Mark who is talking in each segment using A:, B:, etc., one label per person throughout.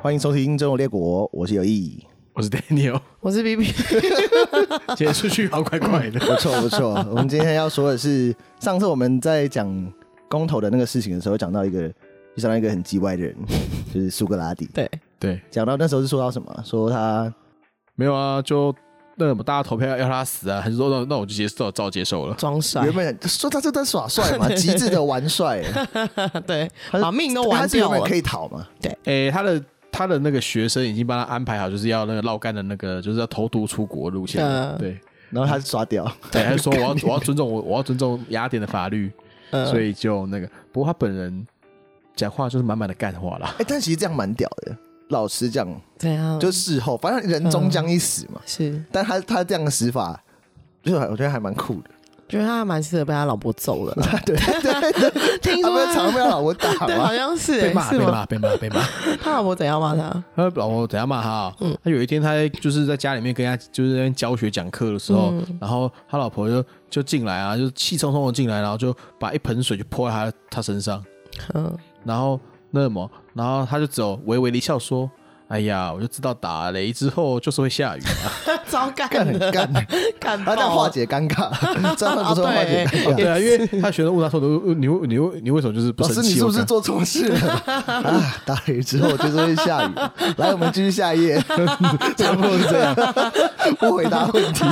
A: 欢迎收听《真我列国》，我是有意，
B: 我是 Daniel，
C: 我是 B B，
B: 今天出去好怪怪的。
A: 不错不 错。我们今天要说的是，上次我们在讲公投的那个事情的时候，讲到一个，就讲到一个很叽歪的人， 就是苏格拉底。
C: 对，
B: 对，
A: 讲到那时候是说到什么？说他
B: 没有啊，就那什么，大家投票要他死啊，还是说那那我就接受，照接受了。
C: 装傻，
A: 原本说他这在耍帅 嘛，极致的玩帅，
C: 对，
A: 他是
C: 把命都
A: 他
C: 玩
A: 是原
C: 掉
A: 本
C: 了
A: 可。以逃嘛？
B: 诶、他的他的那个学生已经帮他安排好，就是要那个绕干的那个，就是要偷渡出国路线。
C: 嗯
B: 对
A: 然后他是刷掉，
B: 对，他就说我要我要尊重我我要尊重雅典的法律，
C: 嗯
B: 所以就那个。不过他本人讲话就是满满的干话啦。
A: 哎、但其实这样蛮屌的。老实讲，
C: 怎样？
A: 就事后，反正人终将一死嘛。
C: 是
A: 但他他这样的死法，就是我觉得还蛮酷的。
C: 觉得他蛮适合被他老婆揍的啦，
A: 对对对，
C: 听
A: 他
C: 说
A: 不是常被他老婆打啊
C: 对，
A: 吗
C: 好？像是
B: 被骂
C: 欸是
B: 被
C: 吗？
B: 骂被骂被骂，
C: 他老婆怎样骂他？
B: 他老婆等下骂他、啊，
A: 嗯
B: 他有一天他在就是在家里面跟他就是在那边教学讲课的时候，
A: 嗯
B: 然后他老婆就就进来啊，就气冲冲的进来，然后就把一盆水就泼在他他身上，
C: 嗯，
B: 然后那什么，然后他就只有微微的一笑说：“哎呀，我就知道打雷之后就是会下雨啊。
C: 超干
A: 干很
C: 的，
A: 干，
C: 干
A: 他
C: 爆
A: 这样化解尴尬， 这样会不错
C: 啊
A: 化解尴
C: 对
A: 尬。
B: 对啊，因为 他学生问他说：“你为你为你为什么就是不
A: 老师，
B: 生
A: 你
B: 气？”
A: 是
B: 我
A: 不是
B: 看
A: 做错事了？ 啊，打雷之后就是会下 雨。来，我们继续下一页， 差不多是 这样。不回答问题，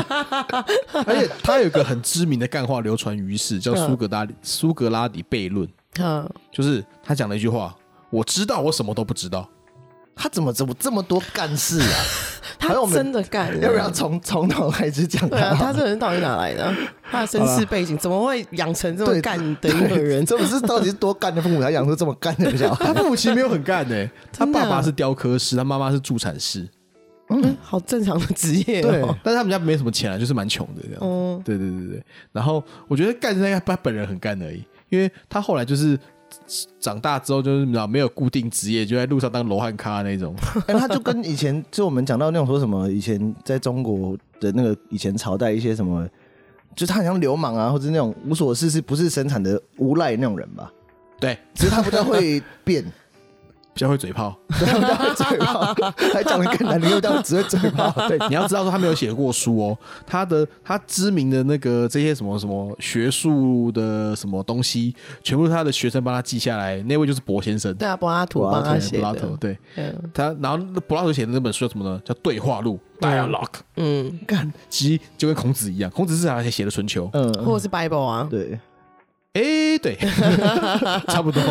B: 而且他有一个很知名的干话流传于世，叫苏格拉
A: 嗯
B: 底苏格拉底悖论，
C: 嗯，
B: 就是他讲了一句话：“我知道我什么都不知道。”
A: 他怎么怎么这么多干事啊？还有我
C: 他
A: 们
C: 真的干了，
A: 要不要从从头开始讲
C: 对啊，
A: 好
C: 他这人到底哪来的？他的身世背景怎么会养成这
A: 对
C: 么干的一个人？
A: 这不是到底是多干的父母才养出这么干的小孩？
B: 他父母其实没有很干 呢、他
C: 真的啊
B: 爸爸是雕刻师，他妈妈是助产师，
C: 嗯，好正常的职业
B: 对
C: 哦。，
B: 但是他们家没什么钱啊，就是蛮穷的这样。
C: 嗯
B: 对对对对，然后我觉得干是那个他本人很干而已，因为他后来就是长大之后就是你知道没有固定职业，就在路上当罗汉咖那种。
A: 哎，他就跟以前就我们讲到那种说什么以前在中国的那个以前朝代一些什么，就他很像流氓啊，或者那种无所事事不是生产的无赖那种人吧。
B: 对，
A: 只是他不太会变，
B: 比较会嘴炮。
A: 对他不太会嘴炮，还讲的更难听，又这样只会嘴炮。
B: 对，你要知道说他没有写过书哦，他的他知名的那个这些什么什么学术的什么东西，全部是他的学生帮他记下来。那位就是博先生，
C: 对啊，柏拉图
A: 柏拉
C: 帮
A: 图
C: 他
B: 对
C: 写
B: 柏拉图
C: 的。
B: 对。
C: 嗯
B: 他然后那柏拉图写的那本书叫什么呢？叫《对话录》（Dialogue），哎
C: 嗯，
B: 干鸡就跟孔子一样，孔子是他写的《春秋》
A: 嗯，
C: 或者是 Bible 啊，
A: 对，
B: 诶，哎，对， 差不多，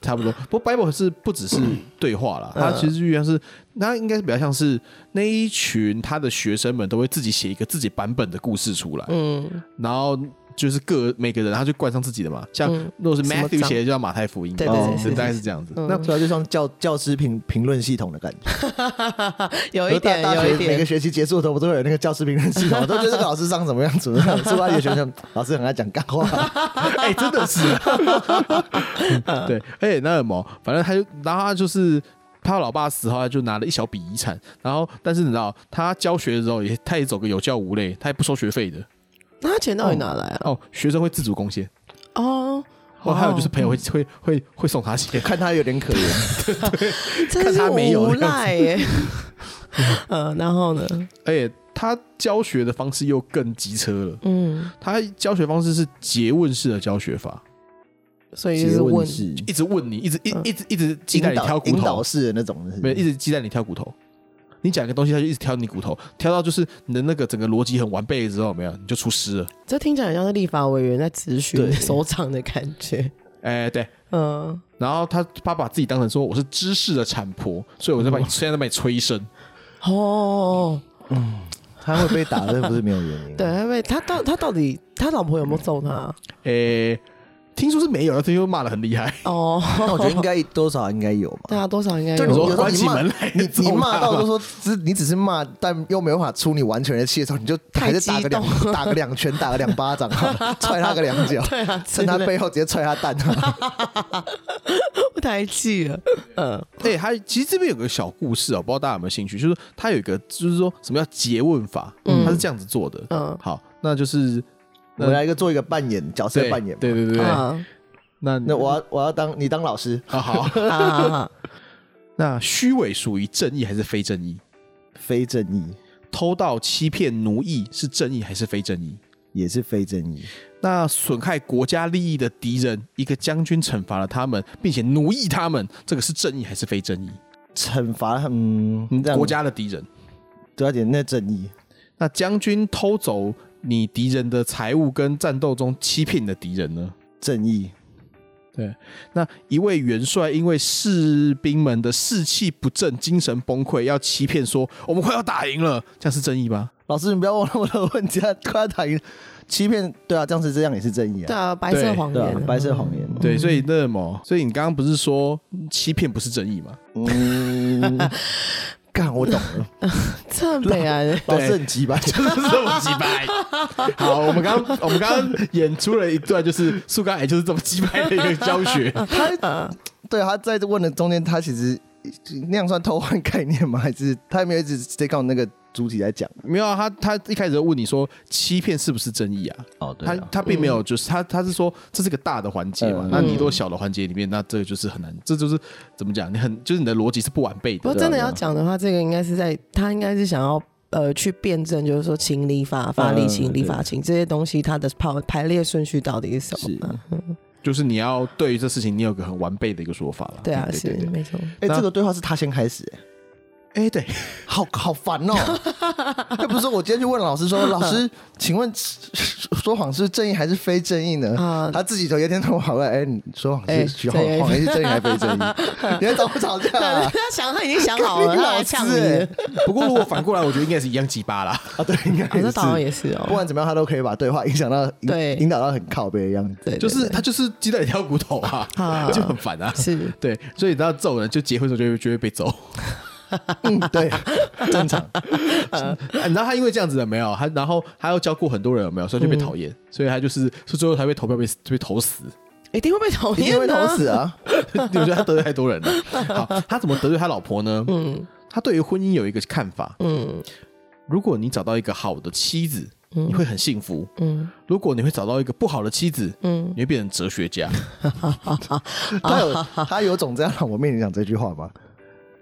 B: 差不多。不过 Bible 是不只是对话啦，它其实就像是，那应该是比较像是那一群他的学生们都会自己写一个自己版本的故事出来，
C: 嗯，
B: 然后。就是各每个人，他就冠上自己的嘛，像
C: 嗯
B: 如果是
C: 什么
B: Matthew
C: 章
B: 写的，就叫马太福音，
C: 对
A: 对对
B: 哦
A: 是是
B: 大概是这样子。
C: 嗯
B: 那
A: 主要就像教教师评评论系统的感觉。
C: 有一点，
A: 大大
C: 有
A: 学
C: 一
A: 每个
C: 点，
A: 学期结束的时候，不都会有那个教师评论系统？我都觉得这个老师上怎么样，怎么样。是吧？有学生老师很爱讲干话，
B: 哎、真的是、对，而且那什么，反正他就，然后他就是他老爸死后，他就拿了一小笔遗产，然后但是你知道，他教学的时候也，他也走个有教无类，他也不收学费的
C: 那他钱到底哪来啊？
B: 哦，学生会自主贡献。
C: 哦，
B: 哦，还有就是朋友
C: 友，
B: 会会会会送他钱，
A: 看他有点可怜。
C: 真
B: 看
C: 是
B: 他没有
C: 无赖 耶。嗯，然后呢？
B: 而且哎他教学的方式又更机车了。
C: 嗯，
B: 他教学方式是诘问式的教学法，
C: 所以就是问，
A: 是
B: 一直问你，一直一
C: 嗯
B: 一直一直鸡
A: 引
B: 蛋里挑
A: 导
B: 骨
A: 引
B: 头
A: 导，式的那种，
B: 没有 一直鸡蛋里挑骨头。你讲一个东西，他就一直挑你骨头，挑到就是你的那个整个逻辑很完备之后，有没有你就出师了。
C: 这听起来很像是立法委员在咨
A: 对
C: 询首长的感觉。
B: 哎、对。
C: 嗯，
B: 然后他他把自己当成说我是知识的产婆，所以我在把你、现在在把你催 生。
C: 哦，
A: 他会被打，这不是没有原因。
B: 啊
C: 对，，他被他到他到底他老婆有没有揍他？
B: 哎、听说是没有，听说骂的很厉 害。
C: 哦，
A: 那我觉得应该多少应该有吧。
C: 对啊，多少应该
A: 就
B: 你
C: 有
A: 有
B: 说
A: 时候
B: 关
A: 你
B: 起
A: 骂
B: 门来
A: 你
B: 揍
A: 你骂
B: 他
A: 到
B: 吗
A: 就说只你只是骂，但又没有办法出你完全的气的时候，你就还
C: 太
A: 是打
C: 激
A: 个两
C: 动
A: 打个两拳，打个两巴 掌，踹他个两脚，
C: 对啊，
A: 趁他
C: 真的
A: 背后直接踹他蛋。
C: 太气了。嗯，
B: 对，他其实这边有个小故事哦，不知道大家有没有兴趣？就是他有一个，就是说什么叫诘问法，他是这样子做的。
C: 嗯
B: 好，那就是
A: 我们来一个做一个扮演角色
B: 对
A: 扮演吧。
B: 对对对对。
C: 啊
B: 那
A: 那我要我要当你当老师，
B: 啊好，
C: 啊啊啊
B: 那虚伪属于正义还是非正义？
A: 非正义
B: 偷盗、欺骗、奴役是正义还是非正义？
A: 也是非正义，
B: 那损害国家利益的敌人，一个将军惩罚了他们，并且奴役他们，这个是正义还是非正义？
A: 惩罚嗯，这样
B: 国家的敌人，
A: 对啊，点那正义
B: 那将军偷走你敌人的财物，跟战斗中欺骗你的敌人呢？
A: 正义
B: 对，那一位元帅因为士兵们的士气不振、精神崩溃，要欺骗说我们快要打赢了，这样是正义吗？
A: 老师，你不要忘了我的问题啊！快要打赢，欺骗，对啊，这样是这样也是正义
C: 对
A: 啊，
C: 啊，白色
B: 对
C: 谎
A: 对
C: 言
A: 啊
C: 啊，，
A: 白色谎言，
B: 对，所以那么，所以你刚刚不是说欺骗不是正义吗？
A: 嗯，干，我懂了，
C: 这北安，
A: 老师很急吧？
B: 就是这么鸡掰。好，我们刚刚我们刚刚演出了一段，就是树干癌就是这么鸡掰的一个教学。
C: 啊
A: 对， 他在问的中间，他其实那样算偷换概念吗？还是他没有一直直接靠那个主体来讲？
B: 没有啊，他他一开始问你说欺骗是不是正义啊？
A: 哦，
B: 他他并没有，就是他他是说这是个大的环节嘛，
A: 嗯
B: 那你都小的环节里面，那这个就是很难，这就是怎么讲，你很就是你的逻辑是不完备
C: 不
B: 的。
C: 过真的要讲的话，这个应该是在他应该是想要呃去辩证，就是说情理法、法理情、理法情这些东西，它的排排列顺序到底是什
A: 是
C: 么？嗯
B: 就是你要对于这事情你有个很完备的一个说法了。
C: 对啊，是
B: 对对。
C: 没错。
A: 哎、
B: 那
A: 这个对话是他先开始、哎
B: 哎，对，
A: 好好烦哦、 要不是我今天去问老师说，老师，请问 说谎是正义还是非正义呢？
C: 啊
A: 他自己头有点头跑过来，哎、你说谎
C: 哎
A: 是说谎
C: 对
A: 谎言是正义还是非正义？ 你在找我吵架、
C: 但
A: 啊
C: 是？他 想，他已经想好了，
A: 干你
C: 他
A: 老
C: 来
A: 师
C: 呛你了。
B: 不过如果反过来，我觉得应该是一样鸡巴啦。
A: 啊，对，应该
C: 可
A: 也
C: 是导航
A: 是。
C: 也是
A: 不
C: 哦，
A: 管怎么样，他都可以把对话影响到，引
C: 对
A: 引导到很靠背的样子。
C: 对，对
B: 就是
C: 对
B: 他就是鸡蛋里挑骨头啊
C: 啊，
B: 就很烦啊。
C: 是
B: 对，所以你要揍人，就结婚的时候就会就会被揍。
A: 嗯，对，正 常。
B: 啊你知道他因为这样子的没有，他然后他又教过很多人有没有，所以就被讨
C: 嗯
B: 厌，所以他就是所以最后他被投票被被投死，
C: 一定会被讨
A: 一定
C: 厌
A: 会
C: 的
A: 投
C: 啊。
A: 死啊！
B: 我觉得他得罪太多 人了。好，他怎么得罪他老婆呢？嗯，他对于婚姻有一个看法，
C: 嗯
B: 如果你找到一个好的妻子，你会很幸福；
C: 嗯
B: 如果你会找到一个不好的妻子，
C: 嗯，
B: 你会变成哲学 家。
A: 他有他有种在老婆面前讲这句话吗？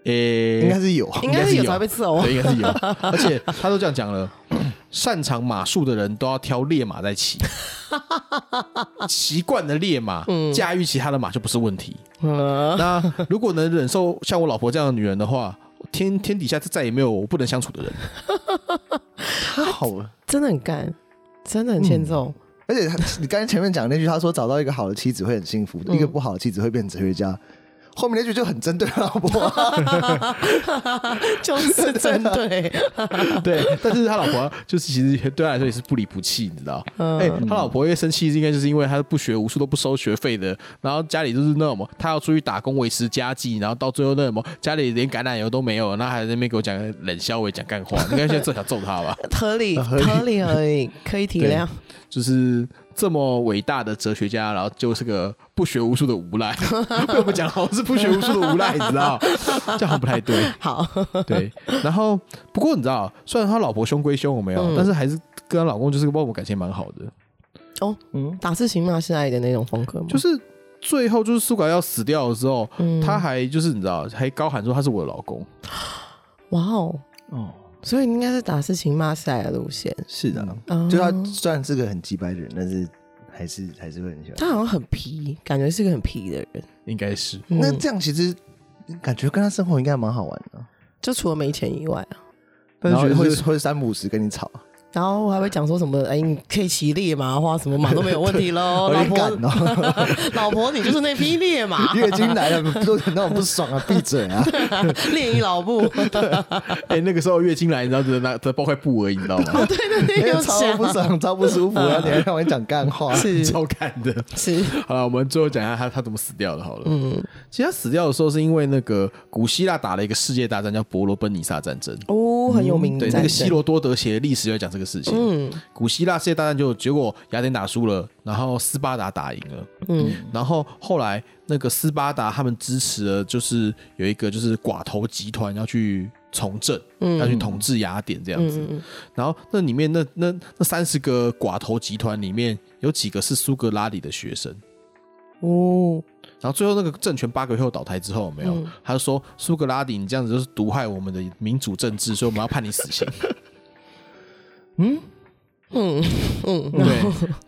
B: 诶，
A: 应该是有。
C: 应该是有才被揍啊。
B: 对，应该是有。而且他都这样讲了， 擅长马术的人都要挑烈马在骑，习惯的烈马驾驭其他的马就不是问题。
C: 嗯
B: 那如果能忍受像我老婆这样的女人的话，天天底下再也没有我不能相处的人。
A: 他好，
C: 真的很干，真的很欠揍。
A: 而且他 你刚才前面讲那句，他说找到一个好的妻子会很幸福，
B: 嗯
A: 一个不好的妻子会变哲学家。后面那句就很针对老婆啊，
B: 嗯
C: 就是针 对，
B: 对，但是他老婆就是其实对他来说也是不离不弃，你知道？哎、他老婆会生气，应该就是因为他不学无术，都不收学费的，然后家里就是那什么，他要出去打工维持家计，然后到最后那什么，家里连橄榄油都没有，那还在那边给我讲冷笑话，讲干话，你看现在最想揍他吧？
C: 合
B: 啊
C: 理合理合理，可以体谅。
B: 就是这么伟大的哲学家，然后就是个不学无术的无赖，被我们讲好像是不学无术的无赖，你知道？这样好像不太对。
C: 好，
B: 对，然后不过你知道，虽然他老婆凶归凶，我没有，
C: 嗯
B: 但是还是跟她老公就是跟我们感情蛮好的。
C: 哦，
B: 嗯
C: 打是情骂是爱的那种风格吗？
B: 就是最后就是苏格要死掉的时候，
C: 嗯
B: 他还就是你知道，还高喊说他是我的老公。
C: 哇哦，
A: 哦，
C: 所以应该是打是情骂是爱的路线。
A: 是的，
B: 哦
C: 嗯
A: 就他虽然是个很鸡掰的人，但是还是还是会很喜欢。
C: 他好像很皮，感觉是个很皮的人。
B: 应该是
A: 那这样其实感觉跟他生活应该蛮好玩的，
C: 就除了没钱以外啊，
B: 但是
A: 然后
B: 觉得
A: 会
B: 是
A: 会三不五时跟你吵，
C: 然后还会讲说什么？哎，你可以骑烈马，花什么马都没有问 题喽。
A: 我
C: 老
A: 有点
C: 婆，
A: 赶哦，，
C: 老婆，你就是那匹烈马
A: 啊 月经来了都很那种不爽啊，闭嘴 啊！
C: 练一 老步。
B: 哎、那个时候月经来，你知道只能拿只能包块布而已，你知道吗？
C: 对对对，有
A: 超不
C: 讲
A: 爽，超不舒服， 然后你还让我讲干话，
C: 是
B: 超干的。
C: 是，
B: 好了，我们最后讲一下他他怎么死掉的，好了。
C: 嗯，
B: 其实他死掉的时候是因为那个古希腊打了一个世界大战，叫伯罗奔尼撒战争。
C: 哦，很有
A: 嗯
C: 名的
B: 对，
C: 战
B: 那个
C: 争
B: 希罗多德写的历史就在讲这个事情。
C: 嗯
B: 古希腊世界大战就结果雅典打输了，然后斯巴达打赢了，
C: 嗯
B: 然后后来那个斯巴达他们支持了，就是有一个就是寡头集团要去从政，
C: 嗯
B: 要去统治雅典这样子。
C: 嗯
B: 然后那里面那那那三十个寡头集团里面有几个是苏格拉底的学生，
C: 哦，
B: 然后最后那个政权八个月后倒台之后，有没有，
C: 嗯
B: 他就说苏格拉底，你这样子就是毒害我们的民主政治，所以我们要判你死 刑。
C: 嗯嗯，
B: 对，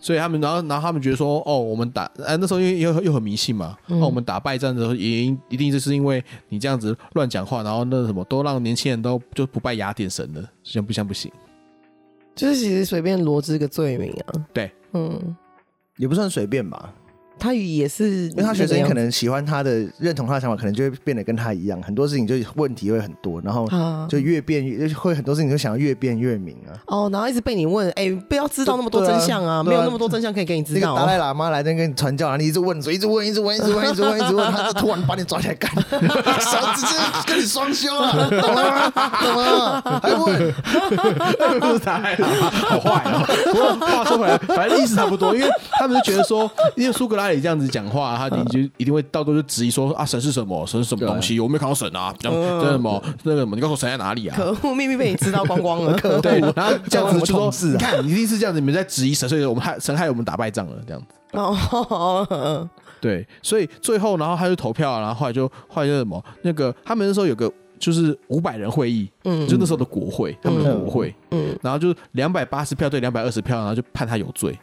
B: 所以他们，然后，然后他们觉得说，哦，我们打，呃，那时候因为又又很迷信嘛，那、
C: 嗯
B: 我们打败战的时候，也一一定就是因为你这样子乱讲话，然后那什么都让年轻人都就不拜雅典神了，像不像不行？
C: 就是其实随便罗织个罪名啊，
B: 对，
C: 嗯，
A: 也不算随便吧，
C: 他也是，
A: 因为他学生可能喜欢他的、认同他的想法，可能就会变得跟他一样，很多事情就问题会很多，然后
C: 啊，
A: 就越变越会很多事情就想要越变越明啊。
C: 哦，然后一直被你问，哎、不要知道那么多
A: 对啊
C: 真相啊，
A: 对啊
C: 没有那么多真相可以给你
A: 那
C: 知
A: 个
C: 道、
A: 达
C: 哦。
A: 赖喇嘛来那跟你传教，然后你一直问，一直问，一直问，一直问，一直问，一直问，他就突然把你抓起来 干，小子，这跟你双休了，懂了吗？懂了吗？还问？
B: 好坏啊！不过话说回来，反正意思差不多，因为他们就觉得说，因为苏格拉底这样子讲话，他你就一定会到时候就质疑说啊，神是什么？神是什么东西？我没有看到神啊！这样这样什么那个什么？你告诉我神在哪里啊？
C: 可恶，秘密被你知道光 光了。可
B: 对，然后这样子就
A: 我
B: 说
A: 们统，治啊
B: 你看，你一定是这样子，你们在质疑神，所以我们害神害我们打败仗了，这样子。
C: 哦，
B: 对，所以最后，然后他就投票啊，然后后来就后来就什么那个他们那时候有个就是五百人会议，
C: 嗯
B: 就那时候的国会，他们的国会，
C: 嗯，
B: 然后就两百八十票对两百二十票，然后就判他有罪，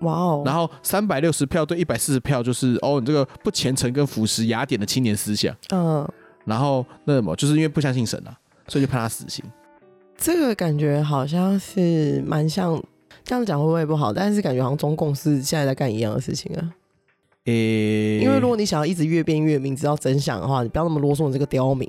C: 哇哦，
B: 然后三百六十票对一百四十票，就是哦，你这个不虔诚跟腐蚀雅典的青年思想，
C: 嗯、
B: 然后那什么，就是因为不相信神啊，所以就判他死刑。
C: 这个感觉好像是蛮像，这样讲会不会不好？但是感觉好像中共是现在在干一样的事情啊。
B: 诶、
C: 因为如果你想要一直越变越明，知道真相的话，你不要那么啰嗦，你这个刁民，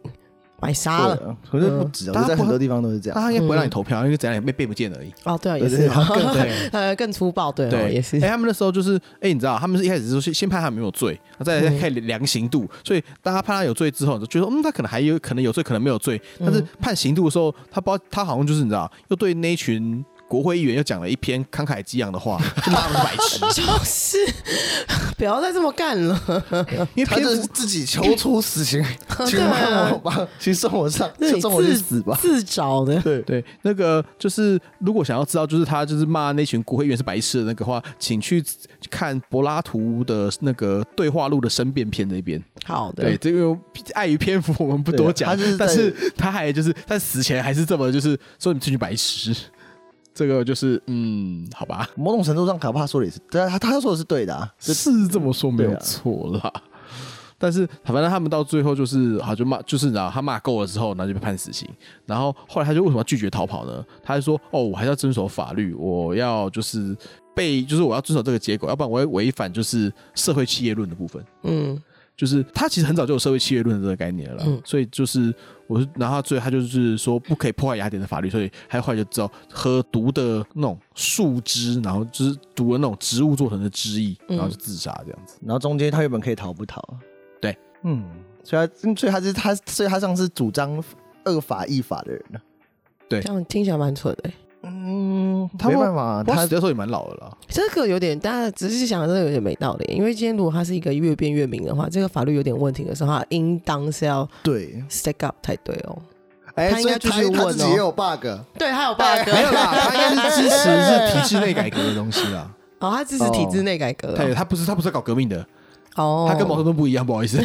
C: 把你杀了。
A: 了，可是不止啊，我在很多地方都是这
B: 那
A: 样。
B: 他应该不会让你投票，因为怎样也被变不见而已。
C: 哦，对啊，嗯也
A: 对
C: 是
A: 对，
C: 啊，
A: 他更 对，
C: 呃，更粗暴，对哦，
B: 对，
C: 也是
B: 哎、，他们那时候就是，哎、你知道，他们是一开始是说先先判他有没有罪，然后再再
C: 嗯，
B: 看量刑度。所以大家判他有罪之后，就觉得嗯，他可能还有可能有罪，可能没有罪。但是判刑度的时候，他包他好像就是你知道，又对那一群国会议员又讲了一篇慷慨激昂的话，就骂他们白痴
C: 哦就是不要再这么干了。
B: 因为
A: 他
B: 篇
A: 就是
B: 幅
A: 自己求出死 刑，请让我吧，请送我上，
C: 啊那
A: 就
C: 你
A: 送我去
C: 自
A: 死吧。
C: 自找的，
A: 对，
B: 对，那个就是如果想要知道，就是他就是骂那群国会议员是白痴的那个话，请去看柏拉图的那个对话录的申辩篇那边。
C: 好的，
B: 对，这个碍于篇幅，我们不多
A: 对
B: 讲。
A: 他就是在
B: 但是他还就是在死前还是这么就是说你这群白痴， 这个就是嗯，好吧，
A: 某种程度上，卡帕说的也是，对啊，他他说的是对的啊，
B: 是这么说没有
A: 对啊
B: 错啦。但是反正他们到最后就是好就骂，就是然后他骂够了之后，然后就被判死刑。然后后来他就为什么要拒绝逃跑呢？他就说：“哦，我还是要遵守法律，我要就是被就是我要遵守这个结果，要不然我会违反就是社会企业论的部分。”
C: 嗯，
B: 就是他其实很早就有社会契约论的这个概念了啦，
C: 嗯
B: 所以就是我是，然后他最后他就是说不可以破坏雅典的法律，所以他后来就知道喝毒的那种树枝，然后就是毒的那种植物做成的汁液，
C: 嗯
B: 然后就自杀这样子。
A: 然后中间他原本可以逃不逃？
B: 对，
A: 嗯，所以他嗯所以他是他，所以他像是主张恶法亦法的人呢。
B: 对
C: 这样听起来蛮蠢的。
A: 嗯，
B: 他
A: 没
B: 会
A: 办法，
B: 他
A: 他
B: 死的时候也蛮老的 了啦，
C: 这个有点，大家仔细想，这个有点没道理。因为今天如果他是一个越变越明的话，这个法律有点问题的时候，他应当是要
A: 对，
C: stake up 才对哦。
A: 哎，
C: 他应
A: 所以
C: 该
A: 他
C: 继续
A: 他
C: 问
A: 自己哎
C: 哦
A: 也有 bug，
C: 对，他
B: 没
C: 有
B: 有
C: bug，
B: 啦，啊他应该 是支持是 体制内改革的东西啦。
C: 哦，他支持体制内改革 啊
B: 对，啊他不是他不是在搞革命的，
C: 哦，
B: 他跟毛泽东不一样，不好意思，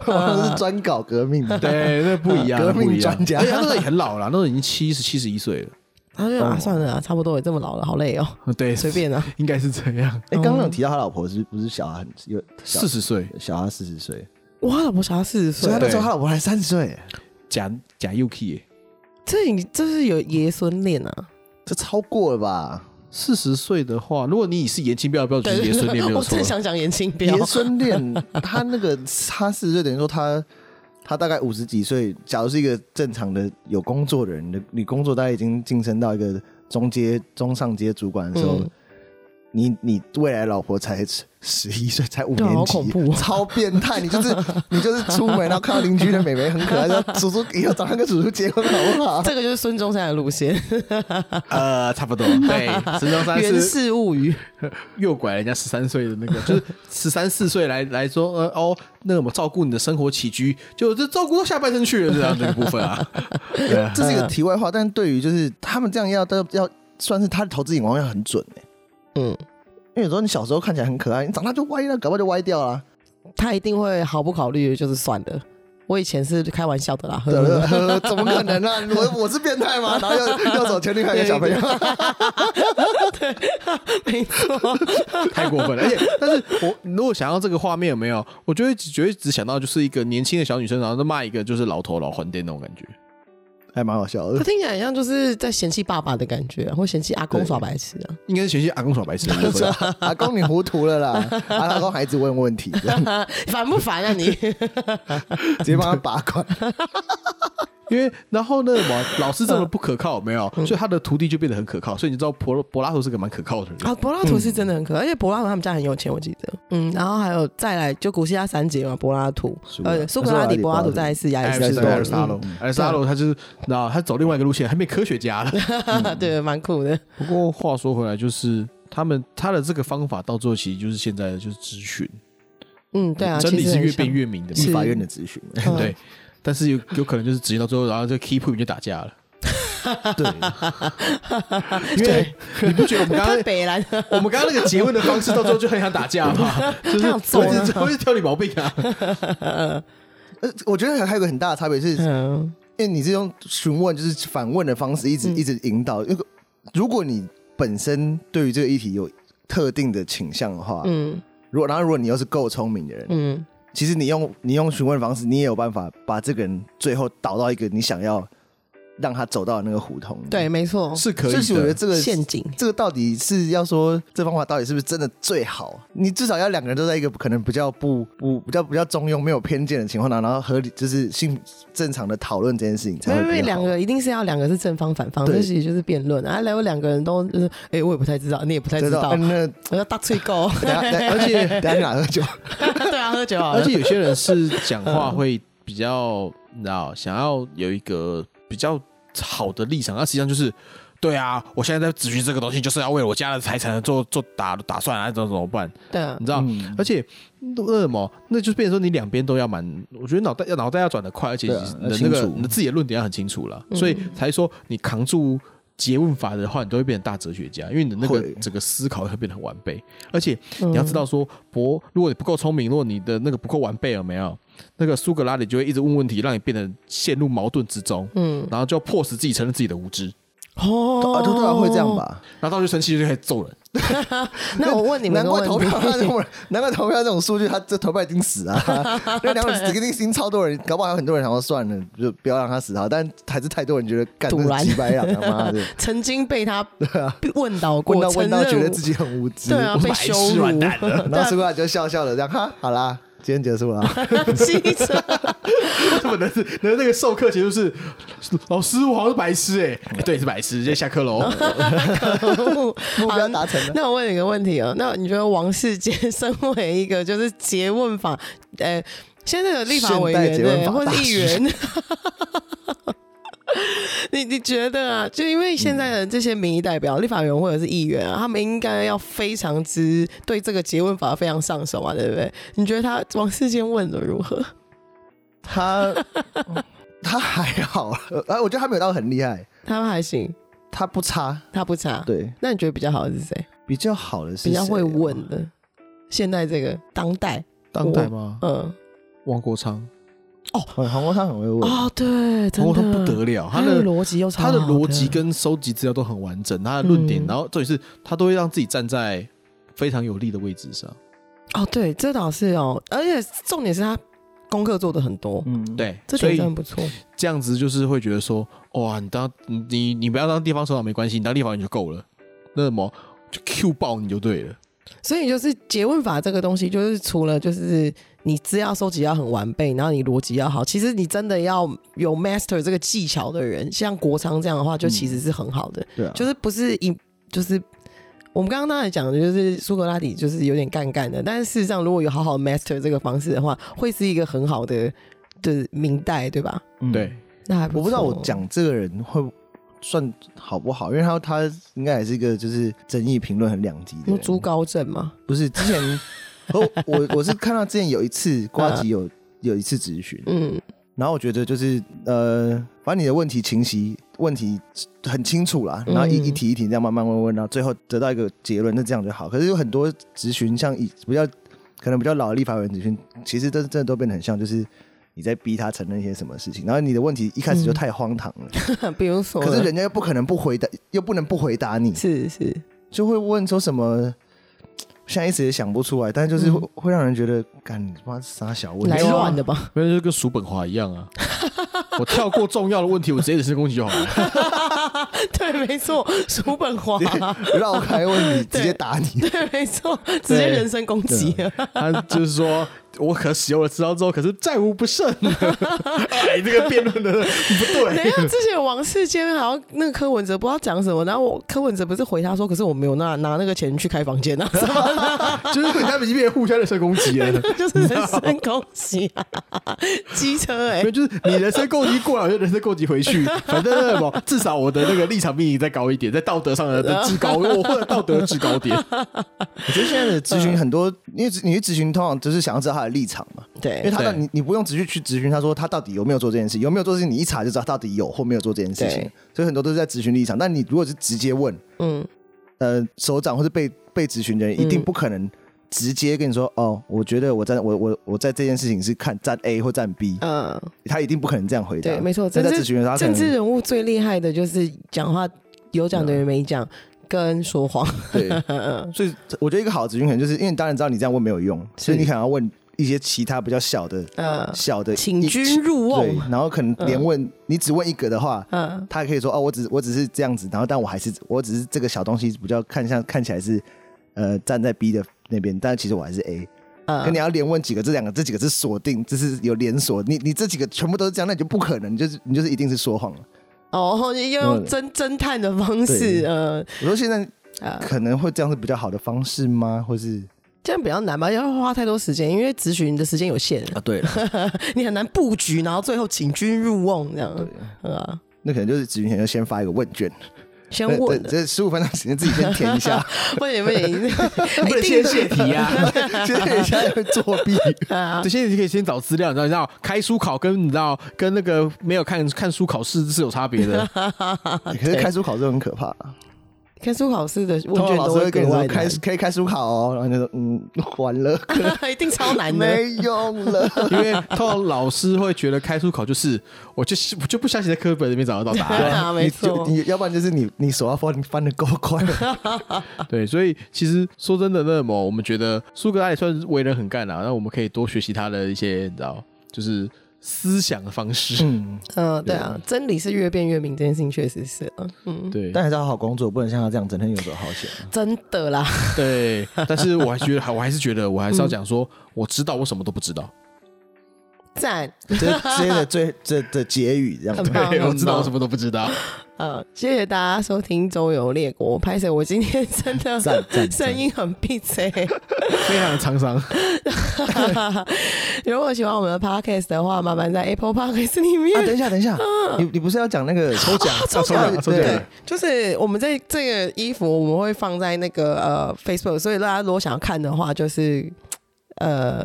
A: 他是专搞革命 的。
B: 对，那不 一样，
A: 革命
B: 不一样
A: 专家
B: 而且他那时候也很老了，那时候已经七十七十一岁了。
C: 他就啊，算了啊，差不多也这么老了，好累哦，
B: 对，
C: 随便啊，
B: 应该是这样，
A: 哎，刚刚有提到他老婆是不是小他很有小
B: 四十岁
A: 小他四十岁，
C: 哇，老婆小他四十
A: 所
C: 岁
A: 以他
C: 啊，
A: 那时候他老婆才三十岁，
B: 假假 UK 耶。
C: 这已这是有爷孙恋啊，
A: 这超过了吧？
B: 四十岁的话，如果你以是严清标的标准，爷孙恋没有
C: 我
B: 错啊
C: 正。想讲严清标
A: 爷，孙恋，他那个他四十岁，等于说他他大概五十几岁。假如是一个正常的有工作的人，你你工作大概已经晋升到一个中阶、中上阶主管的时候，
C: 嗯
A: 你你未来老婆才十一岁，才五
C: 对啊
A: 年级，
C: 好恐怖哦
A: 超变态！你就是 你就是出门，然后看到邻居的美眉很 可爱，说哎叔叔以后找那个叔叔结婚好不好？
C: 这个就是孙中山的路线，
B: 呃，差不多。对，石中 山
C: 源
B: 是
C: 氏物语，
B: 诱拐人家十三岁的那个，就是十三四岁来来说，呃哦，那个我们照顾你的生活起居，就这照顾到下半身去了，这样的一部分啊。 对啊
A: 这是一个题外话，但对于就是他们这样要要要算是他的投资眼光要很准欸
C: 嗯，
A: 因为有时候你小时候看起来很可爱，你长大就歪了，搞不好就歪掉了。
C: 他一定会毫不考虑，就是算了。我以前是开玩笑的啦，呵
A: 对
C: 呵
A: 不对怎么可能呢、我我是变态吗？然后又又走前另外一个小朋友，
C: 没错，
B: 太过分了。而且，但是我如果想要这个画面有没有，我就会只觉得只想到就是一个年轻的小女生，然后就骂一个就是老头老还店那种感觉。
A: 还蛮好笑
C: 他
A: 的。
C: 听起来很像就是在嫌弃爸爸的感觉，啊或嫌弃阿公耍白痴啊。
B: 应该是学习阿公耍白痴的部 分。
A: 阿公你糊涂了啦！阿阿公还一直问问题，这样
C: 烦不烦啊你？
A: 直接帮他把关。
B: 因为然后呢，老老师这么不可靠，有没有，所以他的徒弟就变得很可靠。所以你知道柏柏拉图是个蛮可靠的人。
C: 啊，柏拉图是真的很可爱，而且柏拉图他们家很有钱，我记得。嗯，然后还有再来就古希腊三杰嘛，柏拉图，呃，苏格拉底、柏拉图，再来是亚
B: 艾
C: 里
B: 尔
C: 士
B: 斯
C: 多嗯
B: 艾尔沙
C: 德
B: 龙，艾尔沙龙，他就是，然后他走另外一个路线，还变科学家了。
C: 嗯，对，蛮酷的。
B: 不过话说回来，就是他们他的这个方法到最后，其实就是现在的就是咨询，
C: 嗯，对啊，
B: 真理
C: 其实
B: 是
C: 很
B: 越
C: 像
B: 辩越明的
A: 立
B: 嘛，
A: 法院的咨询，
C: 嗯
B: 对。但是有有可能就是执行到最后，然后这 key point 就打架了，
A: 对，
B: 因为你不觉得我们刚
C: 太
B: 刚
C: 北蓝，
B: 我们刚刚那个结问的方式到最后就很想打架吗？就是
C: 他想揍啊
B: 我一直我一直挑你毛病啊，
A: 呃，我觉得还有个很大的差别是，
C: 嗯，
A: 因为你是用询问，就是反问的方式，一直、一直引导。如果如果你本身对于这个议题有特定的倾向的话，
C: 嗯
A: 如果然后如果你又是够聪明的人，
C: 嗯，
A: 其实你用你用询问的方式，你也有办法把这个人最后导到一个你想要让他走到的那个胡同。
C: 对，，没错，
B: 是可以
A: 所以我觉得
B: 的。
A: 这个
C: 陷阱。
A: 这个到底是要说这方法到底是不是真的最好？你至少要两个人都在一个可能比较不不比较比较中庸、没有偏见的情况下，然后合理就是性正常的讨论这件事情才
C: 没
A: 会
C: 有
A: 比较好。
C: 没有，两个一定是要两个是正方反方，
A: 对
C: 这其实就是辩论啊。然后两个人都就是，哎，我也不太知道，你也不太知
A: 知道，
C: 道，
A: 嗯那
C: 我要大吹狗，
A: 等下，等下而且等下去哪喝酒？
C: 对啊，喝酒好了
B: 而且有些人是讲话会比较，你知道，想要有一个比较好的立场，那实际上就是。对啊，我现在在咨询这个东西，就是要为我家的财产做做打打算啊，怎么怎么办？
C: 对啊
B: 你，知道，
A: 嗯
B: 而且那什么，那就是变成说你两边都要蛮，我觉得脑袋要脑袋要转得快，而且你
A: 对啊要
B: 的那
A: 清
B: 个
A: 楚嗯
B: 你的自己的论点要很清楚了，所以才说你扛住结问法的话，你都会变成大哲学家，因为你的那个
A: 会嗯
B: 整个思考会变得很完备，而且你要知道说，博，如果你不够聪明，如果你的那个不够完备，有没有？那个苏格拉底就会一直问问题，让你变得陷入矛盾之中，
C: 嗯，
B: 然后就迫使自己承认自己的无知，
A: 啊，
C: 哦
A: 通常会这样。吧？
B: 然后到时候生气就开始揍人。
C: 那我问你
A: 难
C: 们个
A: 怪
C: 问
A: 投票这
C: 题，
A: 种， 难怪投票这种数据，他这投票已经死啊！ 那两个人已经已经超多人，搞不好还有很多人想说算了，就不要让他死好，但还是太多人觉得干
C: 堵然
A: 鸡掰啊，他妈 的！
C: 曾经被他 问到过，
A: 啊问到问到
C: 承认
A: 觉得自己很无知，
C: 对啊，
B: 我是
C: 被
B: 白
C: 羞
B: 痴
C: 辱啊
B: 完，蛋 了。
A: 然后苏格拉底就笑笑的这样，哈，好啦，今天结束了。
C: 机车，
B: 他们的是，那那个授课其实是老师，我好像是白痴哎、欸对，是白痴，现在下课喽。
A: 目
C: 目
A: 标达成了
C: 那我问你一个问题哦，那你觉得王世坚身为一个就是诘问法， 呃，现在的立法委员
A: 现代诘问
C: 对，
A: 法
C: 或
A: 大
C: 是
A: 师
C: 议员， 你你觉得啊？就因为现在的这些民意代表、立法委员或者是议员啊，他们应该要非常之对这个诘问法非常上手嘛，对不对？你觉得他王世坚问的如何？
A: 他他还好，呃，我觉得他没有到很厉害，
C: 他们还行，
A: 他不差，
C: 他不差。
A: 对，
C: 那你觉得比较好的是谁？
A: 比较好的是
C: 比较
A: 谁
C: 会
A: 啊
C: 问的，现在这个当代，
B: 当代吗？
C: 嗯。
B: 王国昌，
A: 嗯韩国他很会问，
C: 哦，对，真
B: 王
C: 的
B: 国昌不得了，他
C: 他
B: 的
C: 的逻辑又超
B: 他的
C: 好
B: 逻辑跟收集资料都很完整，他的论点，
C: 嗯
B: 然后重点是他都会让自己站在非常有利的位置上。
C: 哦，对，这倒是哦，而且重点是他功课做的很多，
A: 嗯，
B: 对，
C: 这
B: 所
C: 点
B: 以
C: 真的不错。
B: 这样子就是会觉得说，哇，你当你你你不要当地方首长没关系，你当立法员就够了。那什么就 Q 爆你就对了。
C: 所以就是诘问法这个东西，就是除了就是你资料收集要很完备，然后你逻辑要好，其实你真的要有 master 这个技巧的人，像国昌这样的话，就
B: 嗯
C: 其实是很好的，
A: 对啊，
C: 就是不是一就是。我们刚刚当然讲的就是苏格拉底就是有点干干的，但是事实上如果有好好 master 这个方式的话，会是一个很好的的明代，对吧？
A: 嗯
B: 对，，
C: 那还
A: 我不知道
C: 错
A: 我讲这个人会算好不好，因为他他应该也是一个就是争议评论很两极的
C: 那
A: 人。
C: 猪高症嘛，
A: 不是之 前，哦，我我是看到之前有一次瓜吉有有一次质询，
C: 嗯
A: 然后我觉得就是呃，反正你的问题清晰，问题很清楚啦，然后一
C: 嗯
A: 一题一题这样慢慢问问，然后最后得到一个结论，那这样就好。可是有很多咨询，像以比较可能比较老的立法委员咨询，其实都真的都变得很像，就是你在逼他承认一些什么事情，然后你的问题一开始就
C: 嗯
A: 太荒唐了，
C: 比如说，
A: 可是人家又不可能不回答，又不能不回答你，
C: 是是，
A: 就会问说什么。现在一时也想不出来，但是就是会,、
C: 嗯
A: 会让人觉得，干你他妈傻小问
C: 来
A: 题，
C: 乱的吧？
B: 没有就跟叔本华一样啊。我跳过重要的问题，我直接人身攻击就好了。
C: 对，没错，叔本 华，
A: 绕开问题直接
C: 对
A: 打你。
C: 对，没错，直接人身攻击。
B: 他就是说我可使用了这招之后，可是再无不胜。 哎，这个辩论的不
C: 等
B: 对
C: 一。下，之前王世坚好像那个柯文哲不知道讲什么，然后我柯文哲不是回他说，可是我没有拿拿那个钱去开房间啊，什么
B: 就是他们已经变成互相人身攻击了。
C: 就是人身攻击啊，机车哎、
B: 没有，就是你人身攻击过来，我就人身攻击回去。反正那什么，至少我的那个立场比你再高一点，在道德上的制高，我获得道德制高点。
A: 我觉得现在的咨询很多，因为你去咨询通常就是想要知道他的立场嘛，因为
C: 对
A: 他
B: 对
A: 到你你不用直接去咨询他说他到底有没有做这件事，有没有做这件事，你一查就知道他到底有或没有做这件事情
C: 对。
A: 所以很多都是在咨询立场，但你如果是直接问，
C: 嗯，
A: 呃，首长或是被被咨询的人一定
C: 嗯
A: 不可能直接跟你说，哦，我觉得我在我我我在这件事情是看站 A 或站 B，
C: 嗯，
A: 他一定不可能这样回答。
C: 对，没错，
A: 啊那
C: 政
A: 在咨
C: 治
A: 询的时候，他可
C: 政治
A: 能啊
C: 人物最厉害的就是讲话有讲等于没讲，跟说 谎。
A: 对。
C: 嗯
A: 所以我觉得一个好的咨询可能就是因为你当然知道你这样问没有用，所以你
C: 是
A: 可能要问一些其他比较小的
C: 嗯，
A: 小的，
C: 请
A: 一
C: 君入
A: 对
C: 瓮。，
A: 然后可能连问、你只问一个的话，
C: 哦嗯，
A: 他可以说哦，我只我只是这样子，然后但我还是我只是这个小东西比较看像看起来是呃站在 B 的那边，但其实我还是 A。
C: 嗯
A: 可你要连问几个，这两个这几个是锁定，这是有连锁，你你这几个全部都是这样，那你就不可能，你就是你就是一定是说谎了。
C: 哦， 要
A: 嗯
C: 用侦侦探的方式，嗯
A: 我说现在
C: 啊，
A: 可能会这样是比较好的方式吗？或是
C: 这样比较难吧？要花太多时间，因为咨询的时间有限，
A: 啊，对了，
C: 你很难布局，然后最后请君入瓮这样。嗯啊，
A: 那可能就是咨询前就先发一个问卷，
C: 先
A: 对对
C: 问，
A: 这十五分钟时间自己先填一 下，
C: 不行 不行，
B: 不能先泄题啊！
A: 先填一下会作弊。
B: 这些你可以先找资料，你知道，你知道开书考跟你知道跟那个没有看看书考试是有差别的。
A: 可是开书考试很可怕啊。
C: 看书考试的问
A: 通常
C: 卷
A: 老
C: 都
A: 师
C: 会
A: 会跟
C: 格
A: 你
C: 外
A: 说开可以开书考哦，然后你就说嗯完 了，
C: 难，一定超难的。
A: 没用 了。
B: 因为通常老师会觉得开书考就是，我就是我就不相信在课本里面找得到答
C: 对
B: 案。
C: 啊没
A: 你
C: 错
A: 就你要不然就是你你手要翻翻的够 快，
B: 对，所以其实说真的，那么我们觉得苏格拉也算是为人很干啊啦、那我们可以多学习他的一些，你知道，就是思想的方式。
A: 嗯，
C: 嗯，对啊，真理是越辩越明，这件事情确实是啊，嗯，
B: 对
A: 但还是要好好工作，不能像他这样整天游手好闲。啊
C: 真的啦，
B: 对，但是我还觉得，我还是觉得，我还是要讲说，我知道我什么都不知道，
C: 赞，
A: 这这些 的最这的结语这样子
C: 很，棒
B: 对，我
C: 很
B: 知道我
C: 棒
B: 什么都不知道。
A: 嗯
C: 呃，谢谢大家收听《周游列国》。拍摄，我今天真的
A: 赞赞
C: 声音很闭塞。
B: 非常的沧桑。
C: 如果喜欢我们的 podcast 的话，麻烦在 Apple Podcast 里面。
A: 啊，等一下等一下，你
C: 嗯
A: 你不是要讲那 个抽奖
B: 抽奖抽奖
A: 对，
C: 就是我们在这个衣服，我们会放在那个呃 Facebook，所以大家如果想要看的话，就是呃，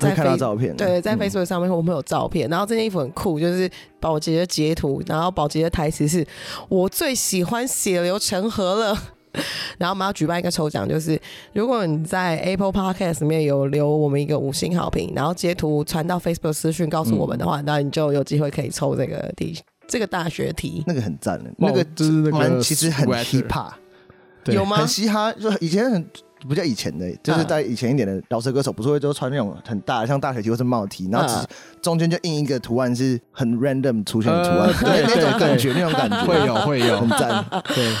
A: 会
C: 在
A: 看到
C: Face-
A: 照片的，
C: 对，在
A: 嗯
C: Facebook 上面我们有照片，然后这件衣服很酷，就是保洁的截图，然后保洁的台词是“我最喜欢血流成河了”。然后我们要举办一个抽奖，就是如果你在 Apple Podcast 里面有留我们一个五星好评，然后截图传到 Facebook 私讯告诉我们的
A: 嗯
C: 话，那、你就有机会可以抽这个题，这个大学题
A: 那个很赞的，那个
B: 哦就是那个
A: 蛮其实很
B: sweater
A: 嘻哈，
B: 对
C: 有吗
A: 很？嘻哈，就以前很不叫以前的，
B: 嗯
A: 就是在以前一点的饶舌歌手，不是会都穿那种很大的，像大学 T 或是帽 T，然后
B: 嗯
A: 只是中间就印一个图案是很 random 出现的图案
B: 呃，对
A: 那种
B: 对
A: 感觉，那种感觉
B: 会有会有
A: 很，赞，
B: 对，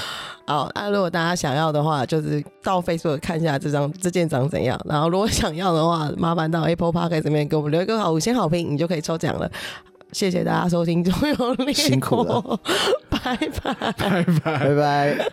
C: 好，那、如果大家想要的话，就是到 Facebook 看一下这张这件长怎样。然后如果想要的话，麻烦到 Apple Podcast 里面给我们留一个好五星好评，你就可以抽奖了。谢谢大家收听《中游列
A: 辛苦
C: 国》，拜拜。
B: 拜拜。
A: 拜拜。